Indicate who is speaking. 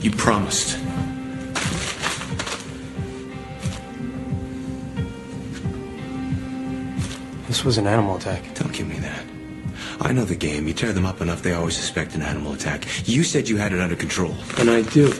Speaker 1: You promised.
Speaker 2: This was an animal attack.
Speaker 1: Don't give me that. I know the game. You tear them up enough, they always suspect an animal attack. You said you had it under control.
Speaker 2: And I do.